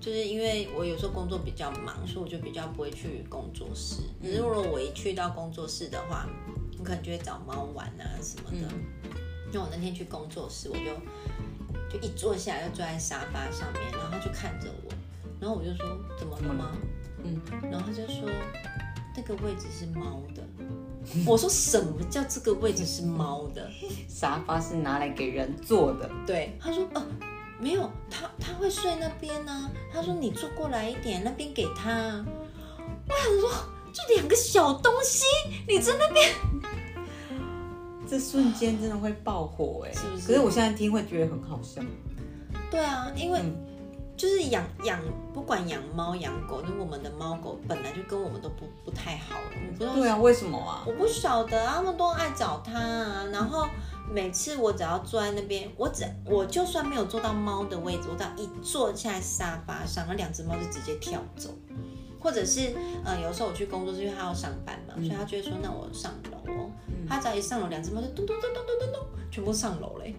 就是因为我有时候工作比较忙，所以我就比较不会去工作室。可是如果我一去到工作室的话，我可能就会找猫玩啊什么的。那、我那天去工作室，我就就一坐下来就坐在沙发上面，然后他就看着我，然后我就说怎么了吗？
嗯
然后他就说那个位置是猫的。 我说什么叫这个位置是猫的？
沙发是拿来给人坐的，
对，他说哦、没有，他他会睡那边呢、他说你坐过来一点，那边给他啊。我想说，就两个小东西，你真的
这瞬间真的会爆火哎、
是不是
可是我现在听会觉得很好笑，
对啊，因为
嗯
就是养养，不管养猫养狗，就我们的猫狗本来就跟我们都不不太好了，我不知道
对啊，为什么啊？
我不晓得啊，他们都爱找他啊。然后每次我只要坐在那边，我只我就算没有坐到猫的位置，我只要一坐在沙发上，那两只猫就直接跳走。或者是呃，有时候我去工作，是因为他要上班嘛，
嗯
所以他就会说：“那我上楼哦。他只要一上楼，两只猫就咚咚咚咚咚咚咚，全部上楼嘞。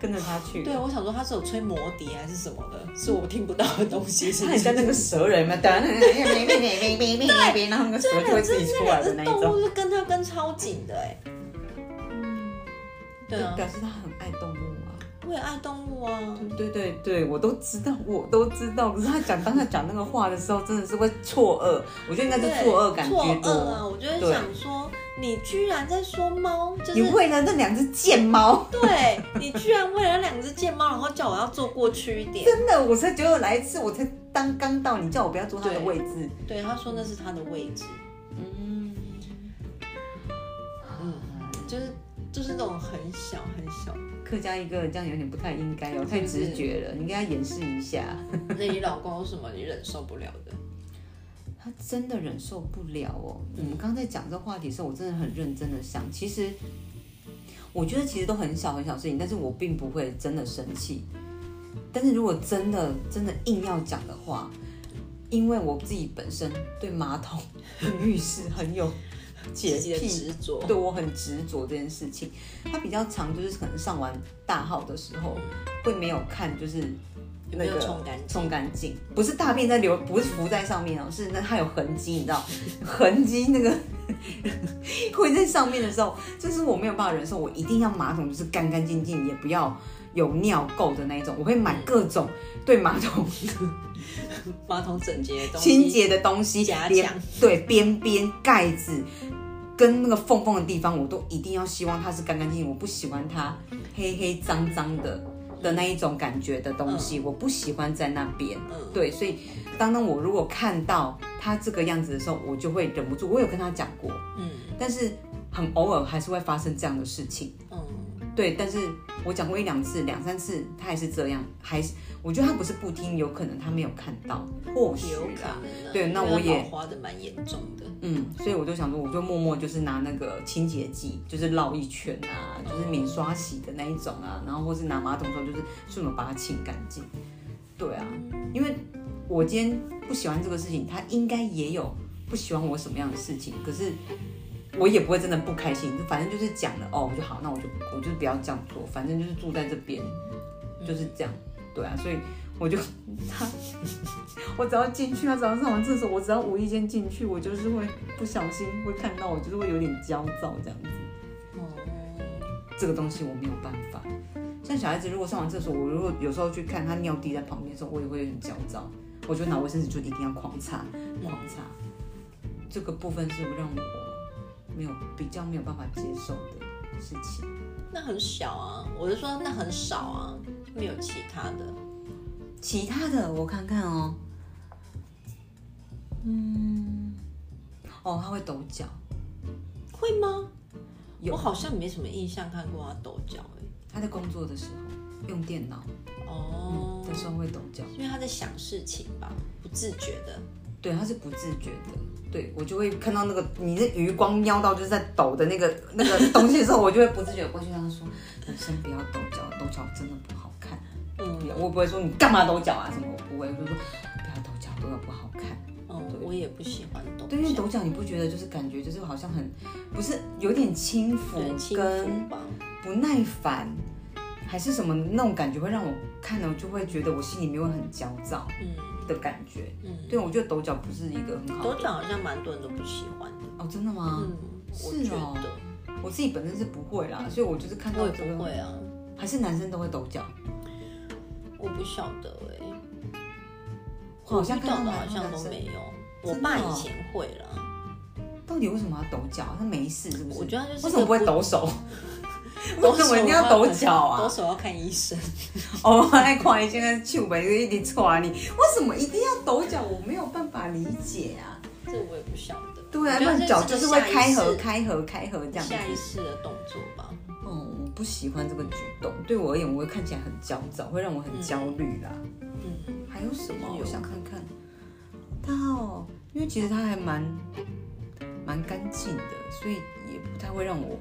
跟着他去，
对，我想说他是有吹魔笛还是什么的，是我听不到的东西，是
他
不
很
是
像 那个蛇人嘛，噔噔噔噔噔噔噔噔，然后那个
啊
蛇就会自己出来的那一
动
种，
物是跟它跟超紧的哎、对啊
就，表示他很爱动物啊。
我也爱动物啊。
对对对，我都知道，我都知道。可是他讲当他讲那个话的时候，真的是会错愕，我觉得应该是
对
错愕感居
错愕啊！
多。
我就会
对
想说，你居然在说猫，就
你
是
会呢？那两只贱猫，
对你居然为了两只贱猫，然后叫我要坐过去一点。
真的，我才觉得来一次，我才刚刚到，你叫我不要坐他的
对
位置。
对，他说那是他的位置，
嗯，
就是就是那种很小很小。
客家一个这样有点不太应该哦，太直觉了，你给他演示一下。
那你老公有什么你忍受不了的？
他真的忍受不了哦。
嗯
我们刚才讲这话题的时候，我真的很认真的想，其实我觉得其实都很小很小事情，但是我并不会真的生气。但是如果真的真的硬要讲的话，因为我自己本身对马桶、对浴室很有洁
自己的
癖，
执着。
对我很执着这件事情。他比较常就是可能上完大号的时候会没有看，就是
有
那
没
个
有冲干净？
冲干净，不是大便在流，不是浮在上面哦，是那它有痕迹，你知道，痕迹那个 会在上面的时候，这是我没有办法忍受，我一定要马桶就是干干净净，也不要有尿垢的那一种，我会买各种对马桶
马桶整洁的东
清
西，
洁的东西，
加
连
强
对边边盖子。跟那个缝缝的地方，我都一定要希望它是干干净净，我不喜欢它黑黑脏脏的的那一种感觉的东西，我不喜欢在那边。
嗯，
对，所以当当我如果看到他这个样子的时候，我就会忍不住。我有跟他讲过，
嗯
但是很偶尔还是会发生这样的事情。
嗯，
对，但是我讲过一两次、两三次，他还是这样，还是我觉得他不是不听，有可能他没有看到，或许
有可
啦。
能啊。
对那
因为
我也
老花的蛮严重的。
嗯，所以我就想说，我就默默就是拿那个清洁剂，就是绕一圈啊，就是免刷洗的那一种啊，然后或是拿马桶刷，就是顺手把它清干净。对啊，因为我今天不喜欢这个事情，他应该也有不喜欢我什么样的事情，可是我也不会真的不开心，反正就是讲了哦，我就好，那我就我就不要这样做，反正就是住在这边，就是这样。对啊，所以我就他，我只要进去，他只要上完厕所，我只要无意间进去，我就是会不小心会看到，我就是会有点焦躁这样子。
哦，
这个东西我没有办法。像小孩子如果上完厕所，我如果有时候去看他尿滴在旁边的时候，我也会很焦躁。我就拿卫生纸就一定要狂擦，狂擦。这个部分是让我没有比较没有办法接受的事情。
那很小啊，我是说那很少啊，没有其他的。
其他的我看看哦，嗯，哦，他会抖脚，
会吗？
有
我好像没什么印象看过他抖脚哎、
他在工作的时候用电脑
哦，
的时候会抖脚，
因为他在想事情吧，不自觉的。
对，他是不自觉的。对我就会看到那个你的余光瞄到就是在抖的那个那个 东西的时候，我就会不自觉地过去跟他说：“你先不要抖脚，抖脚真的不好看。”
嗯，
我不会说你干嘛抖脚啊什么，我不会，我就说不要抖脚，抖脚不好看。
嗯，我也不喜欢抖
对，因为
脚，
抖脚你不觉得就是感觉就是好像很不是有点轻浮
对，轻
跟
浮吧。
不耐烦，还是什么那种感觉会让我看了就会觉得我心里面会很焦躁
嗯
的感觉。
嗯，
对，我觉得抖脚不是一个很好
抖
的
脚好像蛮多人都不喜欢的。
哦，真的吗？
嗯，我
是
觉
哦
得
我自己本身是不会啦，所以我就是看
我
到
也
这个
不会啊，
还是男生都会抖脚，
我不晓得哎、
我好像
遇
看到
到的
蛮
好
多
像
男
都
生
没有。我
真的
爸
哦
以前会了，
到底为什么要抖脚？他没事是不是？
我觉得他就是
为什么不会抖手？
抖
为什
手
么一定要抖脚
抖
啊？
手要看医 生。
哦，爱看一现在手呗，就一直戳你，为什么一定要抖脚？我没有办法理解啊。
这我也不晓得。
对啊，
我觉得
那脚就是会开合、
这
开合、开合这样
是
子。
下意识的动作吧。
哦，我不喜欢这个举动，对我而言，我会看起来很焦躁，会让我很焦虑啦。
嗯，
还有什么？
有
我想看看他哦，因为其实他还蛮蛮干净的，所以也不太会让我，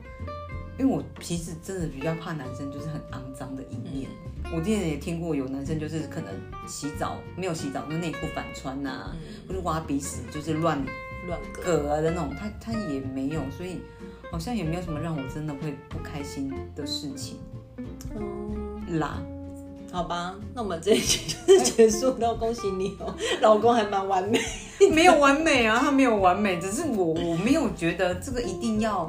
因为我其实真的比较怕男生就是很肮脏的一面。我之前也听过有男生就是可能洗澡没有洗澡，就内裤反穿呐、啊
嗯，
或者挖鼻屎就是乱
乱割。
嗝啊的那种，他他也没有，所以好像也没有什么让我真的会不开心的事情
嗯，
啦。
好吧，那我们这一集就是结束到，恭喜你哦，老公还蛮 完美。
没有完美啊，他没有完美，只是我我没有觉得这个一定要，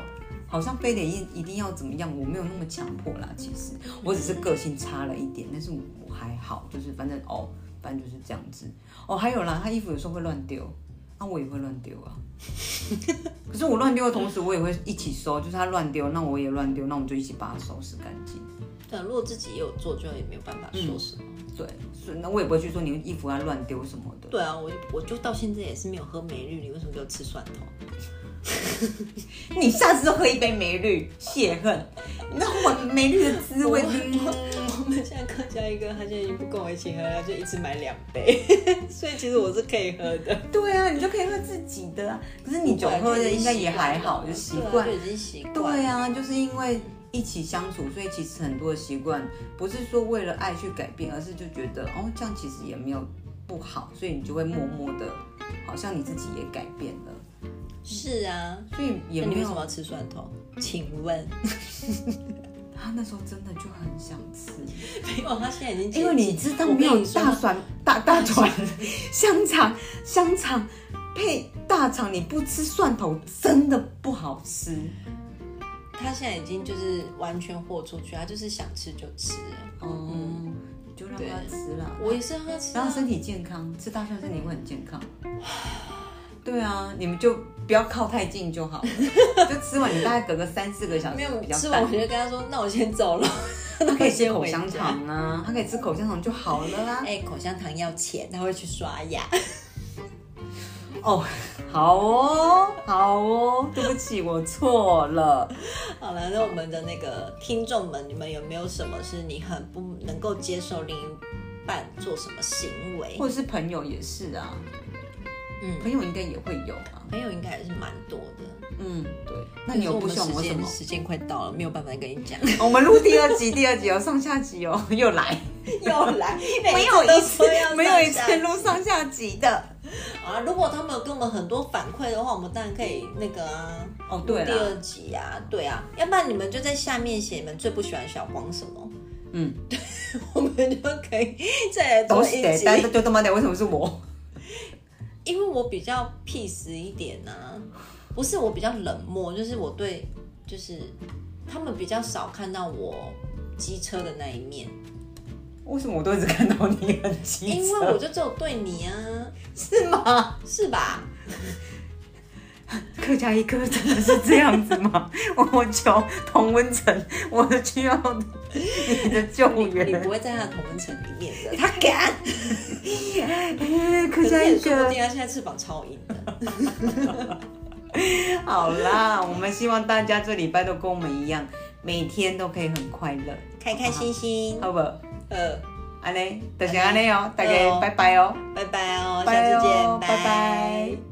好像非得一一定要怎么样，我没有那么强迫啦。其实我只是个性差了一点，但是我还好，就是反正哦，反正就是这样子。哦，还有啦，他衣服有时候会乱丢，那、我也会乱丢啊。可是我乱丢的同时，我也会一起收，就是他乱丢，那我也乱丢，那我们就一起把它收拾干净。
对，啊如果自己也有做，就也没有办法说什么。
对，所以那我也不会去说你衣服要乱丢什么的。
对啊，我就我就到现在也是没有喝美绿，你为什么给我吃蒜头？
你下次就喝一杯梅绿泄恨，你知道我梅绿的滋 味。
我们现在客家一哥他现在已经不跟我一起喝了，他就一次买两杯， 所以其实我是可以喝的。
对啊，你就可以喝自己的啊。可是你酒喝的应该也还好，就习
对啊
惯
就。已经习惯。
对，啊，就是因为一起相处，所以其实很多的习惯不是说为了爱去改变，而是就觉得哦，这样其实也没有不好，所以你就会默默的，好像你自己也改变了，
是啊，
所以也
那
没
你为
有
什么要吃蒜头？请问，
啊。那时候真的就很想吃，
没有，他现在已经接近
因为你知道
我
没
跟你
有
说
大蒜大大蒜 香肠香肠配大肠，你不吃蒜头真的不好吃。
他现在已经就是完全豁出去，他就是想吃就吃了。
哦，就让他吃啦。
我也是让他 吃、
然后
啊，
身体健康，吃大蒜身体会很 健康。对啊，你们就不要靠太近 就好了，就吃完你大概隔个三四个小时
没有
比较
吃完，
淡
我就跟他说：“那我先走了。
他可以吃口香糖啊，他可以吃口香糖就好了啦。
哎，口香糖要钱，他会去刷牙。
哦，好哦，好哦，对不起，我错了。
好了，那我们的那个听众们，你们有没有什么是你很不能够接受另一半做什么行为？
或者是朋友也是啊，
嗯
朋友应该也会有啊。
朋友应该也是蛮多的。
嗯，对。那你有不喜欢
可是我
我
们
什么
时间？时间快到了，没有办法再跟你讲。
我们录第二集，第二集哦，上下集哦， 又来，
又 来，
没有一次
每都说要上
没有一
下
次录上下集的。
啊，如果他们有给我们很多反馈的话，我们当然可以那个啊，
哦，对
第
了，
二集啊，对啊，要不然你们就在下面写你们最不喜欢小光什么，
嗯，
我们就可以再来
都
做
是
一
的，
集。
但是就他妈的，为什么是我？
因为我比较 peace 一点啊，不是我比较冷漠，就是我对，就是他们比较少看到我机车的那一面，
为什么我都一直看到你很机
因
车？
哎为我就只有对你啊，
是吗？
是吧？
客家一哥真的是这样子 吗？我求童文成，我需要你的救
你不
援。
会在他的同温层里面的， 他敢。
哎客
可
家
是
一
也说
哥
不，定他现在翅膀超硬的。
好啦，我们希望大家这礼拜都跟我们一样，每天都可以很快乐，
开开心心，
好不好？
呃，
安尼，就是安尼哦，大家
对哦
拜拜哦。
拜拜哦，
拜
下
哦
次见，
拜拜